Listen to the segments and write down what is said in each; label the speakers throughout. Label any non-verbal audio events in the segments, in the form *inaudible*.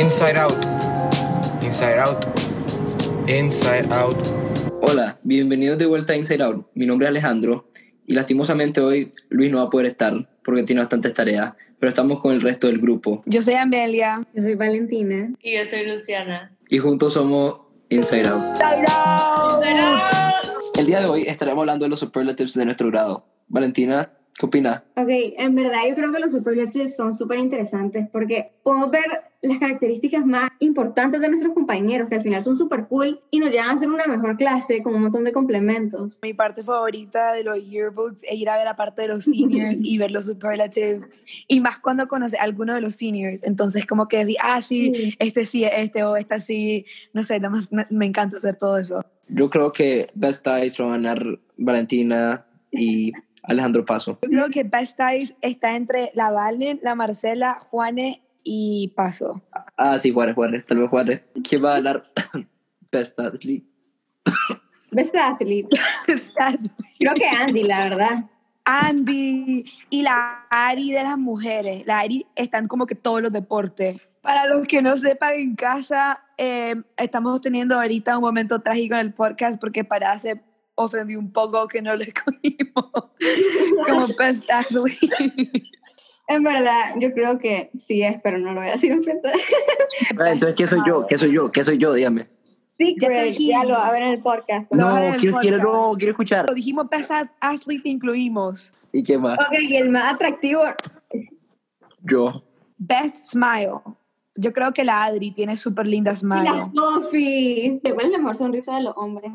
Speaker 1: Inside Out. Inside Out. Inside Out.
Speaker 2: Hola, bienvenidos de vuelta a Inside Out. Mi nombre es Alejandro y lastimosamente hoy Luis no va a poder estar porque tiene bastantes tareas, pero estamos con el resto del grupo
Speaker 3: Yo soy Amelia.
Speaker 4: Yo soy Valentina.
Speaker 5: Y yo soy Luciana.
Speaker 2: y juntos somos Inside Out. El día de hoy estaremos hablando de los superlatives de nuestro grado. Valentina, ¿qué opinas?
Speaker 4: Ok, en verdad yo creo que los superlatives son súper interesantes porque podemos ver las características más importantes de nuestros compañeros que al final son súper cool y nos llevan a hacer una mejor clase con un montón de complementos.
Speaker 3: Mi parte favorita de los yearbooks es ir a ver a parte de
Speaker 4: *laughs*
Speaker 3: los seniors y ver los superlatives. Y más cuando conoces a alguno de los seniors. Entonces, como que decir, ah, sí,
Speaker 4: Sí.
Speaker 3: este sí, este o esta sí. No sé, nada más me, me encanta hacer todo eso.
Speaker 2: Yo creo que Best Eyes lo van a ganar Valentina y Alejandro Paso.
Speaker 3: Yo creo que Best Eyes está entre la Valen, la Marcela, Juanes y Paso. *laughs*
Speaker 2: Ah, sí, Juárez, Juárez, tal vez Juárez. ¿Quién va a ganar *coughs* Best Athlete?
Speaker 4: Best Athlete. Creo que Andy, la verdad.
Speaker 3: Andy y la Ari de las mujeres. La Ari están como que todos los deportes. Para los que no sepan en casa, eh, estamos teniendo ahorita un momento trágico en el podcast porque para se ofendí un poco que no le *laughs* cogimos como best athlete.
Speaker 4: En verdad, yo creo que sí es, pero no lo voy a decir enfrente. de- *laughs*
Speaker 2: Ah, entonces, ¿qué soy yo? ¿Qué soy yo? ¿Qué soy yo? Dígame.
Speaker 3: Ya te
Speaker 4: Secret,
Speaker 3: dijimos.
Speaker 4: ya lo va a ver en el podcast.
Speaker 3: No,
Speaker 2: No,
Speaker 3: en el
Speaker 2: quiero, quiero,
Speaker 3: podcast.
Speaker 2: no, quiero escuchar.
Speaker 3: Lo dijimos best athlete incluimos
Speaker 2: ¿Y qué más?
Speaker 4: Ok, y el más atractivo,
Speaker 2: Yo.
Speaker 3: best smile. Yo creo que la Adri tiene súper linda smile.
Speaker 4: la Sophie. ¿Cuál es la mejor sonrisa de los hombres?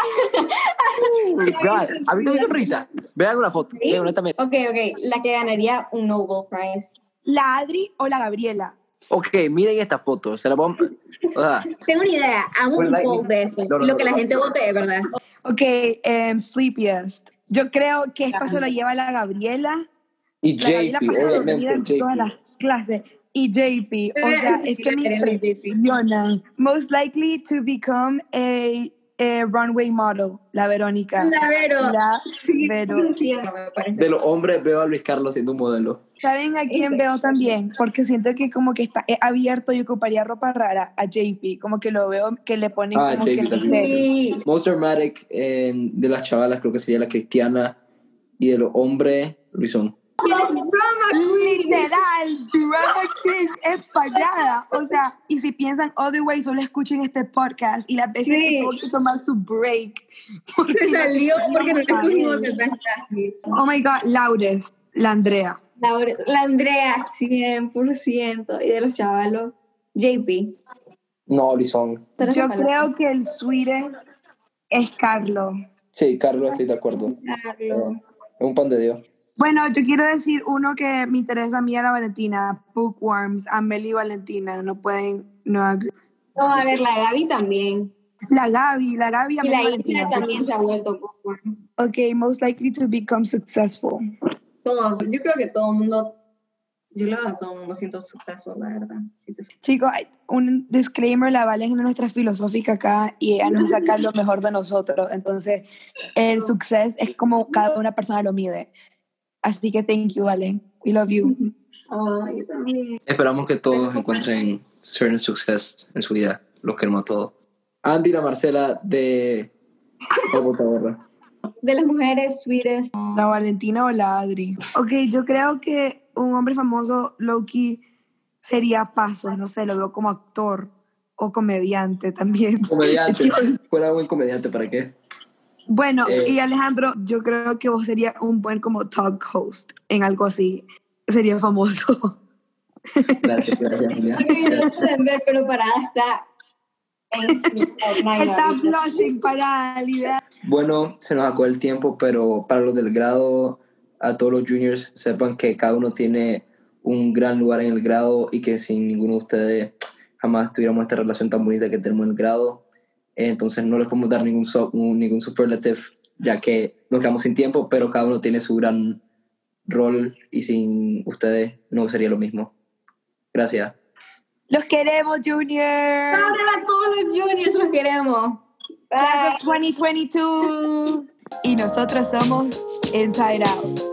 Speaker 2: Oh my God. A mí también risa. Vean una foto. Vean una también.
Speaker 4: Ok, ok, la que ganaría un Nobel Prize.
Speaker 3: La Adri o la Gabriela.
Speaker 2: Ok, miren esta foto. Se la vamos. O sea,
Speaker 4: Tengo una idea, hago
Speaker 2: Pues
Speaker 4: un
Speaker 2: la-
Speaker 4: poll de esto,
Speaker 2: no, no,
Speaker 4: lo
Speaker 2: no,
Speaker 4: que
Speaker 2: no.
Speaker 4: la gente vote es verdad.
Speaker 3: Ok, em, Sleepiest. Yo creo que esto se lo lleva la Gabriela.
Speaker 2: y
Speaker 3: La Gabriela
Speaker 2: JP,
Speaker 3: pasa dormida en
Speaker 2: obviamente,
Speaker 3: todas las
Speaker 2: JP.
Speaker 3: clases. Y JP, o sea, es que me impresiona. Most likely to become a, a runway model, la Verónica.
Speaker 4: La Vero.
Speaker 3: La
Speaker 4: Sí,
Speaker 3: Vero.
Speaker 4: sí, no me parece.
Speaker 2: De los hombres veo a Luis Carlos siendo un modelo.
Speaker 3: ¿Saben a quién veo también? Porque siento que como que está es abierto y ocuparía ropa rara a JP. Como que lo veo que le ponen
Speaker 2: Ah,
Speaker 3: como
Speaker 2: JP
Speaker 3: que... no
Speaker 2: también.
Speaker 3: sé,
Speaker 4: Sí.
Speaker 2: Most dramatic eh, de las chavalas creo que sería la cristiana. Y de los hombres, Luisón.
Speaker 3: Literal, drama king es pagada. O sea, y si piensan other way, solo escuchen este podcast y las veces
Speaker 4: Sí.
Speaker 3: que tuvo que tomar su break. porque
Speaker 4: Se salió porque
Speaker 3: no
Speaker 4: no escogimos
Speaker 3: saben.
Speaker 4: el pasaje.
Speaker 3: Oh my God, Laures, la Andrea.
Speaker 4: La, la Andrea, 100%. Y de los chavalos, JP.
Speaker 2: No, Luisón.
Speaker 4: Solo
Speaker 3: Yo
Speaker 4: esa palabra.
Speaker 3: creo que el sweetest es Carlos.
Speaker 2: Sí, Carlos, estoy de acuerdo.
Speaker 4: Carlos.
Speaker 2: Es un pan de Dios.
Speaker 3: Bueno, yo quiero decir uno que me interesa a mí era Valentina, Bookworms, Amelie y Valentina, no pueden, no agree.
Speaker 4: No, a ver, la Gaby también.
Speaker 3: La Gaby, la Gaby,
Speaker 4: Y
Speaker 3: Amelie
Speaker 4: la
Speaker 3: Valentina.
Speaker 4: Isla también se ha vuelto popcorn.
Speaker 3: Ok, most likely to become successful.
Speaker 4: Todos, yo creo que todo el mundo, yo lo a todo el mundo siento suceso, la verdad. Sí, te-
Speaker 3: Chicos, hay un disclaimer, la Valen es nuestra filosófica acá y ella nos va a sacar lo mejor de nosotros. Entonces, el suceso es como cada una persona lo mide. Así que thank you, Valen. We love you.
Speaker 4: Ay, yo también.
Speaker 2: Esperamos que todos encuentren certain success en su vida. Los queremos a todos. Andy y la Marcela de... Vamos, Taborra.
Speaker 4: De las mujeres, sweetest.
Speaker 3: La Valentina o la Adri. Ok, yo creo que un hombre famoso, Loki, sería Pasos, no sé, lo veo como actor o comediante también. *laughs*
Speaker 2: Comediante. Fuera buen comediante, ¿para qué?
Speaker 3: Bueno,
Speaker 2: Eh.
Speaker 3: y Alejandro, yo creo que vos serías un buen como talk host en algo así. Sería famoso.
Speaker 2: Gracias, gracias, Julia.
Speaker 4: No pueden ver, pero parada está.
Speaker 3: Está blushing para realidad.
Speaker 2: Bueno, se nos acabó el tiempo, pero para los del grado, a todos los juniors, sepan que cada uno tiene un gran lugar en el grado y que sin ninguno de ustedes jamás tuviéramos esta relación tan bonita que tenemos en el grado. Entonces no les podemos dar ningún, so- un- ningún superlative, ya que nos quedamos sin tiempo, pero cada uno tiene su gran rol y sin ustedes no sería lo mismo. Gracias.
Speaker 3: Los queremos, Junior.
Speaker 4: Ahora todos los juniors los queremos. Bye.
Speaker 3: Class of 2022. Y nosotros somos Inside Out.